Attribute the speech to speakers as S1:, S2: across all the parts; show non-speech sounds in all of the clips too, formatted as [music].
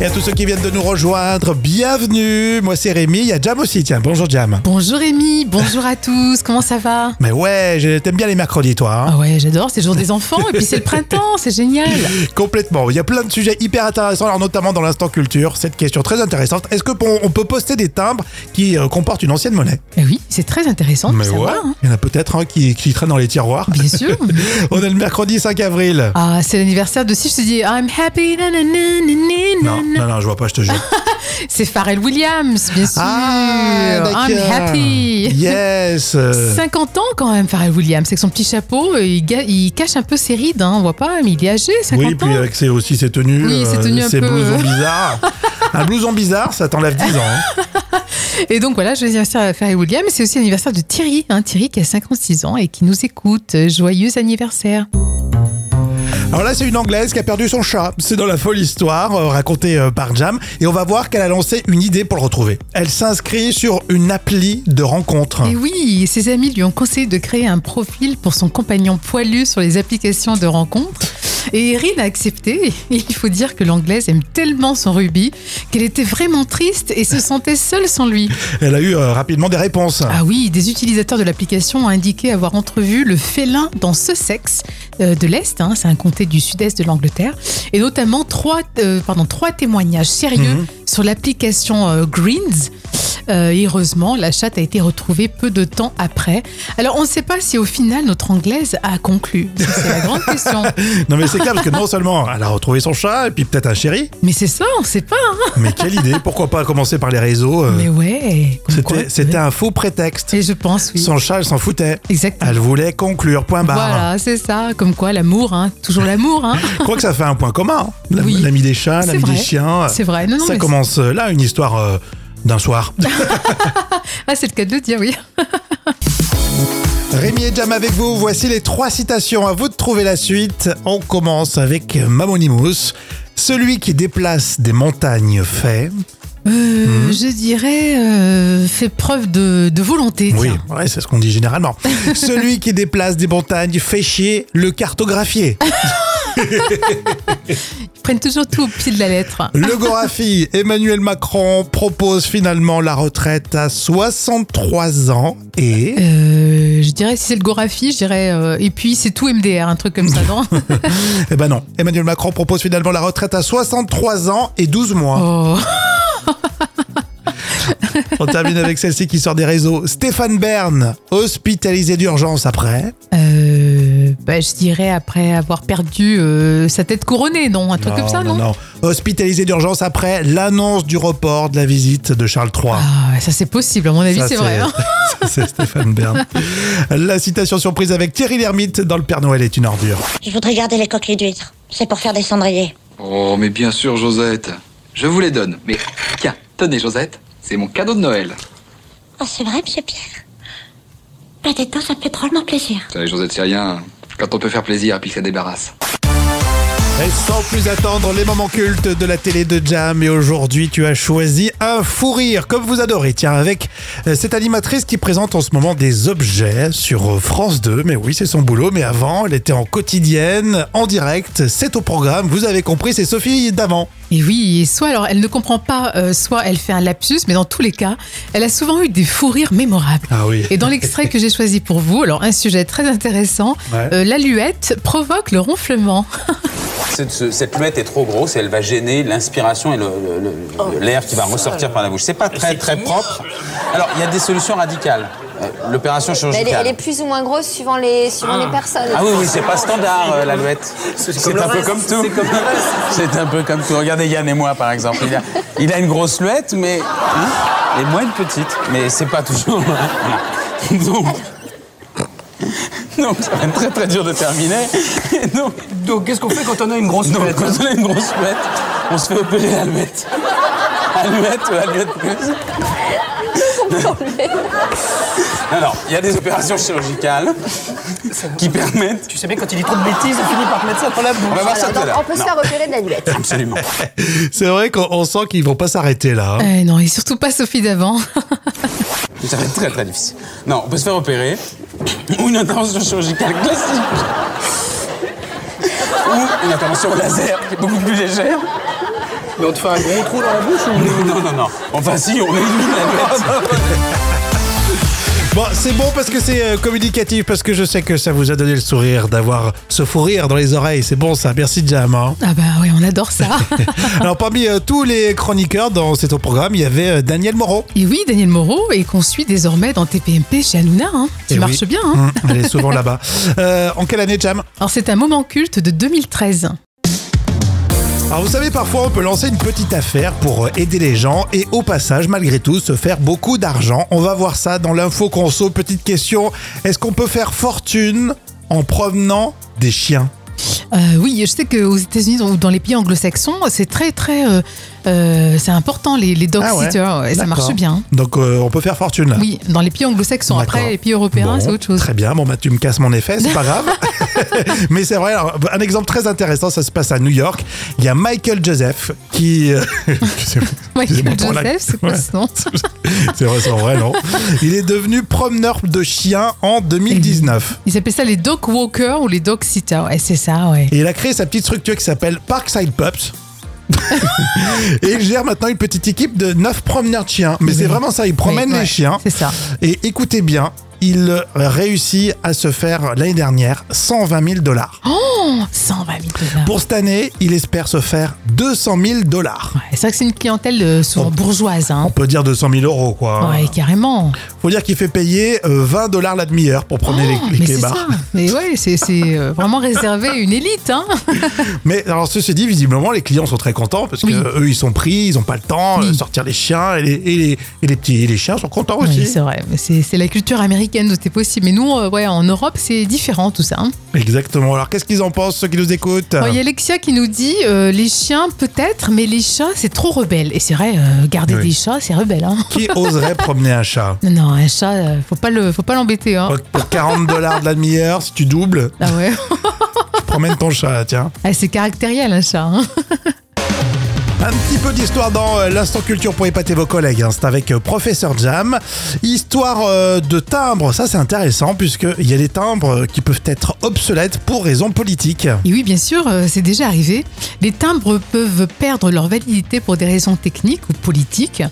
S1: Et à tous ceux qui viennent de nous rejoindre, bienvenue. Moi, c'est Rémi. Il y a Jam aussi, tiens. Bonjour, Jam.
S2: Bonjour Rémi, bonjour à tous, comment ça va
S1: Mais ouais, je- t'aimes bien les mercredis, toi. hein
S2: Ah ouais, j'adore, c'est le jour des enfants et puis c'est le printemps, c'est génial [laughs]
S1: Complètement. Il y a plein de sujets hyper intéressants, alors notamment dans l'instant culture. Cette question très intéressante. Est-ce que pon- on peut poster des timbres qui euh, comportent une ancienne monnaie
S2: Eh oui, c'est très intéressant de savoir, hein.
S1: Il y en a peut-être un qui, qui traîne dans les tiroirs.
S2: Bien [laughs] sûr
S1: On est le mercredi 5 avril.
S2: Ah, c'est l'anniversaire de si je te dis I'm happy, na, na, na, na, na,
S1: Non,
S2: na.
S1: non, non, je vois pas, je te jure.
S2: C'est Pharrell Williams, bien sûr Ah, I'm
S1: Ah, d'accord.
S2: happy
S1: Yes. euh,
S2: 50 ans quand même, Pharrell Williams, avec son petit chapeau, il, ga- il cache un peu ses rides, hein, on voit pas, mais il est âgé, 50
S1: Oui, puis
S2: ans
S1: avec ses, aussi ses tenues,
S2: Oui, ses
S1: euh,
S2: tenues un
S1: ses
S2: peu,
S1: blousons
S2: euh. [laughs]
S1: bizarres. Un blouson bizarre, ça t'enlève 10 ans. hein.
S2: Et donc voilà, joyeux anniversaire à Pharrell Williams, mais c'est aussi l'anniversaire de Thierry, hein, Thierry qui a 56 ans et qui nous écoute, joyeux anniversaire
S1: Alors là, c'est une Anglaise qui a perdu son chat. C'est dans la folle histoire euh, racontée euh, par Jam. Et on va voir qu'elle a lancé une idée pour le retrouver. Elle s'inscrit sur une appli de rencontre.
S2: Et oui, ses amis lui ont conseillé de créer un profil pour son compagnon poilu sur les applications de rencontres. Et Erin a accepté. Et il faut dire que l'anglaise aime tellement son Ruby qu'elle était vraiment triste et se sentait seule sans lui.
S1: Elle a eu euh, rapidement des réponses.
S2: Ah oui, des utilisateurs de l'application ont indiqué avoir entrevu le félin dans ce sexe euh, de l'Est, hein, c'est un comté du sud-est de l'Angleterre, et notamment trois, euh, pardon, trois témoignages sérieux
S1: Mhm.
S2: sur l'application euh, Greens. Euh, et heureusement, la chatte a été retrouvée peu de temps après. Alors, on ne sait pas si au final notre Anglaise a conclu. Ça, C'est la
S1: [laughs]
S2: grande question.
S1: Non mais c'est clair parce que non seulement elle a retrouvé son chat et puis peut-être un chéri,
S2: Mais c'est ça, on ne sait pas. hein.
S1: mais quelle idée, pourquoi pas commencer par les réseaux euh,
S2: Mais ouais. comme quoi,
S1: C'était
S2: ouais.
S1: c'était un faux prétexte.
S2: Et je pense, oui.
S1: Son chat, elle s'en foutait.
S2: Exactement.
S1: Elle voulait conclure, point barre.
S2: Voilà, c'est ça. Comme quoi, l'amour, hein, toujours l'amour.
S1: [laughs]
S2: Hein.
S1: Je crois que ça fait un point commun. hein. L'am-
S2: Oui.
S1: L'ami des chats,
S2: C'est
S1: l'ami
S2: vrai.
S1: des chiens. euh,
S2: C'est vrai. Non, non,
S1: ça
S2: mais
S1: commence euh, là, une histoire euh, d'un
S2: [laughs]
S1: soir.
S2: Ah, c'est le cas de le dire, oui.
S1: Rémi et Jam avec vous, voici les trois citations, à vous de trouver la suite. On commence avec Mamonimus. Celui qui déplace des montagnes fait.
S2: Euh, Je dirais, euh, fait preuve de, de volonté.
S1: Oui,
S2: tiens.
S1: ouais, c'est ce qu'on dit
S2: [laughs]
S1: généralement. Celui qui déplace des montagnes fait chier le cartographier.
S2: Ils prennent toujours tout au pied de la lettre.
S1: Le Gorafi, Emmanuel Macron propose finalement la retraite à 63 ans et.
S2: Euh, je dirais, si c'est le Gorafi, je dirais, euh, et puis c'est tout MDR, un truc comme ça, non
S1: Eh ben non, Emmanuel Macron propose finalement la retraite à 63 ans et 12 mois.
S2: [laughs] Oh.
S1: On termine avec celle-ci qui sort des réseaux. Stéphane Bern, hospitalisé d'urgence après.
S2: Euh, bah, je dirais, après avoir perdu euh, sa tête couronnée, non Un truc comme ça, non,
S1: Hospitalisé d'urgence après l'annonce du report de la visite de Charles III.
S2: Ah, ça c'est possible, à mon avis,
S1: Ça,
S2: c'est vrai. hein.
S1: [laughs] ça, c'est Stéphane Bern. La citation surprise avec Thierry Lhermitte dans Le Père Noël est une ordure.
S3: Je voudrais garder les coquilles d'huîtres. C'est pour faire des cendriers.
S4: Oh, mais bien sûr, Josette. Je vous les donne. Mais tiens, tenez, Josette. C'est mon cadeau de Noël.
S3: Ah, c'est vrai, monsieur Pierre Ah, des temps, ça me fait drôlement plaisir.
S4: Vous savez, Josette, c'est rien. Quand on peut faire plaisir, puis que ça débarrasse.
S1: Et sans plus attendre, les moments cultes de la télé de Jam. Et aujourd'hui, tu as choisi un fou rire, comme vous adorez. Tiens, avec euh, cette animatrice qui présente en ce moment des objets sur euh, France 2. Mais oui, c'est son boulot. Mais avant, elle était en quotidienne, en direct. C'est au programme. Vous avez compris, c'est Sophie d'avant.
S2: Et oui, et soit alors elle ne comprend pas, euh, soit elle fait un lapsus, mais dans tous les cas, elle a souvent eu des fous rires mémorables.
S1: Ah oui.
S2: Et dans l'extrait que j'ai choisi pour vous, alors un sujet très intéressant,
S1: Ouais. Oh.
S2: euh, l'aluette provoque le ronflement.
S5: Cette, ce- cette luette est trop grosse et elle va gêner l'inspiration et le- le- le-
S6: Oh,
S5: le- l'air qui va
S6: euh,
S5: ressortir par la bouche. C'est pas très très propre. Alors il y a des solutions radicales. Euh, L'opération
S6: Mais Elle est, elle est
S5: chirurgicale.
S6: plus ou moins grosse suivant les, suivant les personnes.
S5: Ah oui oui c'est pas standard euh, la luette. C'est un peu comme tout. C'est un peu comme tout. Regardez Yann et moi par exemple. Il a, il a une grosse luette mais hein, et moi une petite. Mais c'est pas toujours. hein. Voilà. Donc. Donc, ça va être très très dur de terminer. Et donc,
S7: Donc qu'est-ce qu'on fait quand on a une grosse hein
S5: Non,
S7: tête
S5: quand on a une grosse luette, on se fait opérer la luette. Alouette ou alouette plus. Alors, il y a des opérations chirurgicales qui permettent.
S7: Tu sais bien, quand il dit trop de bêtises, on finit par te mettre ça dans la bouche.
S5: On va voir ça tout à
S6: Alors,
S5: l'heure.
S6: on peut se
S5: Non,
S6: faire repérer de la nuette.
S5: Absolument.
S1: C'est vrai qu'on on sent qu'ils vont pas s'arrêter
S2: [laughs]
S1: là. hein.
S2: Euh, non, et surtout pas Sophie d'avant. [laughs]
S5: Ça va être très très difficile. Non, on peut se faire opérer ou une intervention chirurgicale classique ou une intervention au laser qui est beaucoup plus légère
S7: Mais on te fait un gros trou dans la bouche ou
S5: Non, non, non. Enfin, si, on élimine
S7: [laughs]
S5: l'alouette.
S1: Bon, c'est bon parce que c'est euh, communicatif, parce que je sais que ça vous a donné le sourire d'avoir ce fou rire dans les oreilles. C'est bon ça. Merci Jam. hein.
S2: Ah bah oui, on
S1: [laughs]
S2: adore ça.
S1: Alors parmi euh, tous les chroniqueurs dans cet programme, il y avait euh, Daniel Moreau.
S2: et oui, Daniel Moreau et qu'on suit désormais dans TPMP chez Hanouna, hein,
S1: Eh
S2: qui
S1: oui.
S2: marche bien. hein.
S1: Hum, elle est souvent là-bas. [laughs] Euh, en quelle année Jam
S2: Alors c'est un moment culte de 2013.
S1: Alors vous savez, parfois on peut lancer une petite affaire pour euh, aider les gens et au passage, malgré tout, se faire beaucoup d'argent. On va voir ça dans l'info conso. Petite question, est-ce qu'on peut faire fortune en provenant des chiens
S2: Euh, oui, je sais qu'aux États-Unis ou dans les pays anglo-saxons, c'est très très, euh, euh, c'est important les, les dog
S1: Ah ouais,
S2: sitters et ça
S1: D'accord.
S2: marche bien.
S1: Donc euh, on peut faire fortune là.
S2: Oui, dans les pays anglo-saxons. Après,
S1: D'accord.
S2: les pays européens,
S1: Bon,
S2: c'est autre chose.
S1: Très bien, bon bah tu me casses mon effet, c'est pas
S2: [laughs]
S1: grave. [laughs] Mais c'est vrai, alors, un exemple très intéressant, ça se passe à New York. Il y a Michael Joseph qui... euh, [laughs] excusez-moi, excusez-moi
S2: [laughs] Michael
S1: pour la-
S2: Joseph, c'est quoi
S1: Ouais.
S2: ce nom
S1: C'est vrai, c'est vrai, non Il est devenu promeneur de chiens en 2019.
S2: Ils appellent ça les dog walkers ou les dog sitters. Et c'est ça, ouais.
S1: Et il a créé sa petite structure qui s'appelle Parkside
S2: [laughs]
S1: Pups. et il gère maintenant une petite équipe de 9 promeneurs de chiens. Mais c'est vraiment ça, il promène
S2: Oui, ouais,
S1: les chiens.
S2: C'est ça.
S1: Et écoutez bien, il réussit à se faire l'année dernière 120 000 dollars.
S2: Oh, 120 000 dollars.
S1: Pour cette année, il espère se faire 200 000 dollars.
S2: Ouais, c'est vrai que c'est une clientèle euh, souvent
S1: On-
S2: bourgeoise. Hein.
S1: On peut dire 200 000 euros, quoi.
S2: Ouais, carrément.
S1: Faut dire qu'il fait payer euh, 20 dollars la demi-heure pour
S2: Oh,
S1: promener les, les
S2: mais c'est
S1: clébards.
S2: ça. Mais ouais, c'est c'est, euh, vraiment réservé à une élite. Hein.
S1: Mais alors, ceci dit, visiblement, les clients sont très contents parce que
S2: Oui.
S1: euh, eux, ils sont pris, ils n'ont pas le temps, euh,
S2: Oui.
S1: sortir les chiens et les, et les- et les petits et les chiens sont contents
S2: Oui,
S1: aussi.
S2: c'est vrai. Mais C'est c'est la culture américaine tout est possible. Mais nous, euh, ouais, en Europe, c'est différent tout ça. hein.
S1: Exactement. Alors, qu'est-ce qu'ils en pensent, ceux qui nous écoutent
S2: Alors, Il y a Alexia qui nous dit euh, les chiens peut-être, mais les chats c'est trop rebelle. Et c'est vrai, euh, garder
S1: Oui.
S2: des chats c'est rebelle. Hein.
S1: Qui oserait promener un
S2: [laughs]
S1: chat
S2: Non, non, un chat, euh, faut pas le, faut pas l'embêter. Hein.
S1: Pour- Pour 40 dollars de la demi-heure, si tu doubles,
S2: Ah ouais.
S1: tu promènes ton chat, tiens.
S2: Ah, c'est caractériel un chat. hein.
S1: Un petit peu d'histoire dans euh, l'instant culture pour épater vos collègues. hein. C'est avec euh, Professeur Jam. Histoire euh, de timbres, ça c'est intéressant puisqu'il y a des timbres euh, qui peuvent être obsolètes pour raisons politiques.
S2: Et oui, bien sûr, euh, c'est déjà arrivé. Les timbres peuvent perdre leur validité pour des raisons techniques ou politiques.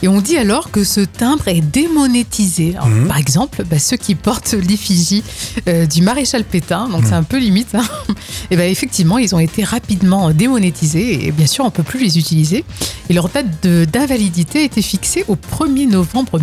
S2: Et on dit alors que ce timbre est démonétisé. Alors,
S1: Mhm.
S2: Par exemple, bah, ceux qui portent l'effigie euh, du maréchal Pétain,
S1: Mhm.
S2: donc c'est un peu limite, hein. [laughs] et ben effectivement, ils ont été rapidement démonétisés et bien sûr, on ne peut plus les utiliser. Et leur date de- d'invalidité a été fixée au 1er novembre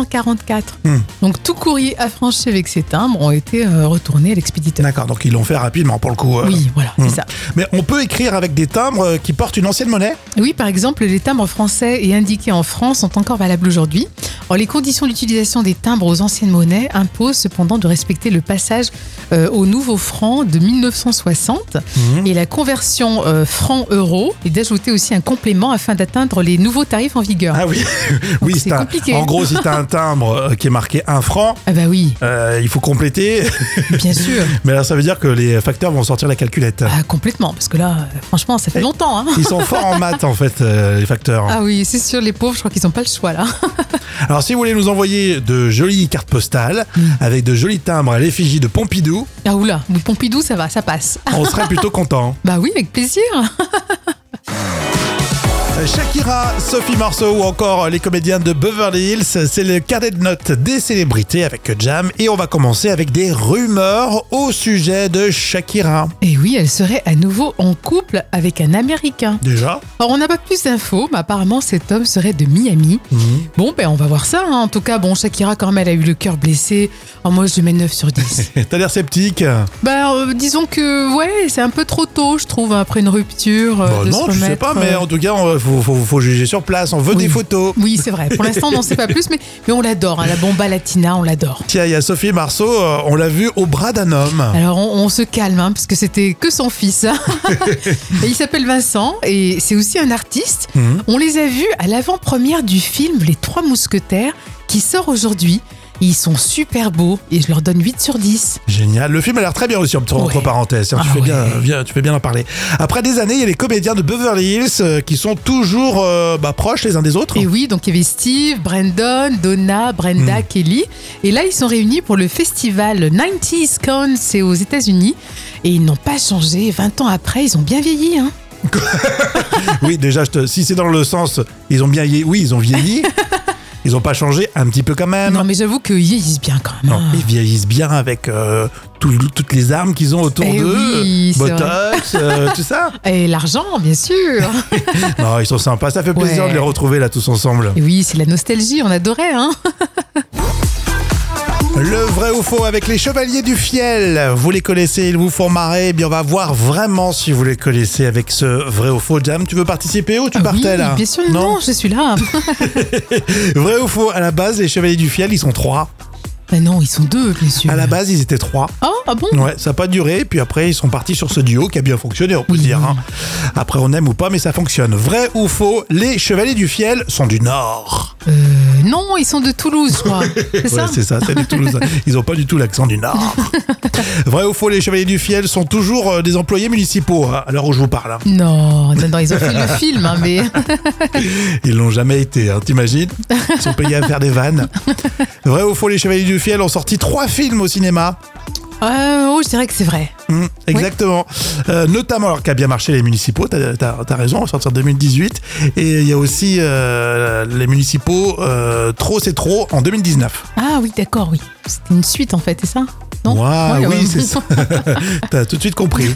S2: 1944.
S1: Mhm.
S2: Donc tout courrier affranchi avec ces timbres ont été euh, retournés à l'expéditeur.
S1: D'accord, donc ils l'ont fait rapidement pour le coup. euh.
S2: Oui, voilà,
S1: Mhm.
S2: c'est ça.
S1: Mais on peut écrire avec des timbres euh, qui portent une ancienne monnaie
S2: Oui, par exemple, les timbres français et indiqués en France sont encore valables aujourd'hui. Or, les conditions d'utilisation des timbres aux anciennes monnaies imposent cependant de respecter le passage euh, au nouveau franc de 1960
S1: Mhm.
S2: et la conversion euh, franc-euro et d'ajouter aussi un complément afin d'atteindre les nouveaux tarifs en vigueur.
S1: Ah [laughs] oui, oui,
S2: c'est
S1: un-
S2: compliqué.
S1: en gros, si t'as un timbre euh, qui est marqué 1 franc,
S2: Ah bah oui,
S1: euh, il faut compléter. [laughs]
S2: bien sûr,
S1: Mais là, ça veut dire que les facteurs vont sortir la calculette.
S2: Ah, complètement, parce que là, euh, franchement, ça fait
S1: Et-
S2: longtemps. hein.
S1: Ils sont forts en maths, en fait, euh, les facteurs.
S2: Ah oui, c'est sûr, les pauvres, je crois qu'ils n'ont pas le choix là.
S1: Alors, si vous voulez nous envoyer de jolies cartes postales
S2: Mm.
S1: avec de jolis timbres à l'effigie de Pompidou,
S2: Ah oula, le Pompidou, ça va, ça passe. Ah
S1: on
S2: [laughs]
S1: serait plutôt content.
S2: Bah oui, avec plaisir.
S1: Shakira, Sophie Marceau ou encore les comédiens de Beverly Hills, c'est le carnet de notes des célébrités avec Jam et on va commencer avec des rumeurs au sujet de Shakira.
S2: Et oui, elle serait à nouveau en couple avec un Américain.
S1: Déjà
S2: Alors, on n'a pas plus d'infos, mais apparemment, cet homme serait de Miami.
S1: Mhm.
S2: Bon, ben, on va voir ça. hein. En tout cas, bon, Shakira, quand même, elle a eu le cœur blessé. En moi, je lui mets 9
S1: [laughs]
S2: sur 10.
S1: T'as l'air sceptique
S2: ben, euh, disons que, ouais, c'est un peu trop tôt, je trouve, hein, après une rupture. euh,
S1: Bon,
S2: de
S1: Bah Non,
S2: se
S1: je sais
S2: remettre,
S1: pas, mais
S2: euh,
S1: en tout cas, il faut, faut- faut juger sur place, on veut
S2: Oui.
S1: des photos.
S2: Oui, c'est vrai. Pour l'instant, on n'en sait pas plus, mais, mais on l'adore. hein. La bomba latina, on l'adore.
S1: Tiens, il y a Sophie Marceau, euh, on l'a vu au bras d'un homme.
S2: Alors on, on se calme, hein, parce que c'était que son
S1: [laughs]
S2: fils. hein. et il s'appelle Vincent et c'est aussi un artiste.
S1: Mhm.
S2: On les a vus à l'avant-première du film Les Trois Mousquetaires qui sort aujourd'hui. Ils sont super beaux et je leur donne 8 sur 10.
S1: Génial. Le film a l'air très bien aussi, entre, entre
S2: Ouais.
S1: parenthèses. hein, tu,
S2: Ah
S1: fais bien,
S2: ouais.
S1: bien- tu fais bien en parler. Après des années, il y a les comédiens de Beverly Hills euh, qui sont toujours euh, bah, proches les uns des autres.
S2: Et oui, donc il y avait Steve, Brandon, Donna, Brenda,
S1: Mhm.
S2: Kelly. Et là, ils sont réunis pour le festival 90s Con, c'est aux États-Unis. Et ils n'ont pas changé. 20 ans après, ils ont bien vieilli. hein.
S1: Oui, déjà, je te- si c'est dans le sens, ils ont bien vieilli. Oui, ils ont
S2: [laughs]
S1: vieilli. Ils ont pas changé, un petit peu quand même.
S2: Non, mais j'avoue que vieillissent bien quand même.
S1: Ah Non,
S2: hein.
S1: ils vieillissent bien avec euh, tout- toutes les armes qu'ils ont autour
S2: Eh
S1: d'eux,
S2: oui,
S1: euh, Botox,
S2: c'est
S1: euh, tout ça.
S2: Et l'argent, bien sûr.
S1: Non, ils sont sympas. Ça fait plaisir
S2: Ouais.
S1: de les retrouver là tous ensemble.
S2: Et oui, c'est la nostalgie, on adorait. Hein
S1: Le vrai ou faux avec les chevaliers du fiel. Vous les connaissez, ils vous font marrer. Eh bien, on va voir vraiment si vous les connaissez avec ce vrai ou faux. Jam, tu veux participer ou tu
S2: Ah
S1: partais
S2: oui,
S1: là
S2: bien sûr, non, je suis là.
S1: Vrai ou faux À la base, les chevaliers du fiel, ils sont trois.
S2: Mais non, ils sont deux, bien sûr.
S1: À la base, ils étaient trois.
S2: Oh, ah bon
S1: Ouais, ça n'a pas duré. Puis après, ils sont partis sur ce duo qui a bien fonctionné, on peut dire.
S2: Mhm.
S1: hein. Après, on aime ou pas, mais ça fonctionne. Vrai ou faux Les chevaliers du fiel sont du Nord.
S2: Euh, Non, ils sont de Toulouse,
S1: [laughs]
S2: je crois. C'est
S1: Ouais,
S2: ça
S1: c'est ça, c'est des Toulousains. Ils n'ont pas du tout l'accent du
S2: [laughs]
S1: Nord. Vrai ou faux Les chevaliers du fiel sont toujours euh, des employés municipaux, hein, à l'heure où je vous parle. hein.
S2: Non, non, non,
S1: [laughs]
S2: ils ont fait le film, hein, mais [laughs]
S1: Ils l'ont jamais été, hein, t'imagines Ils sont payés à faire des vannes. Vrai ou faux Les chevaliers du fiel ont sorti trois films au cinéma.
S2: Euh, oh, je dirais que c'est vrai.
S1: Mm, exactement. Euh, notamment, alors qu'a bien marché les municipaux, t'as as, raison, on va sortir 2018. Et il y a aussi euh, les municipaux, euh, trop c'est trop, en 2019.
S2: Ah oui, d'accord, oui. C'était une suite en fait, c'est ça Non
S1: Ouah,
S2: Ouais, [laughs]
S1: oui,
S2: ouais.
S1: c'est ça. T'as tout de suite compris.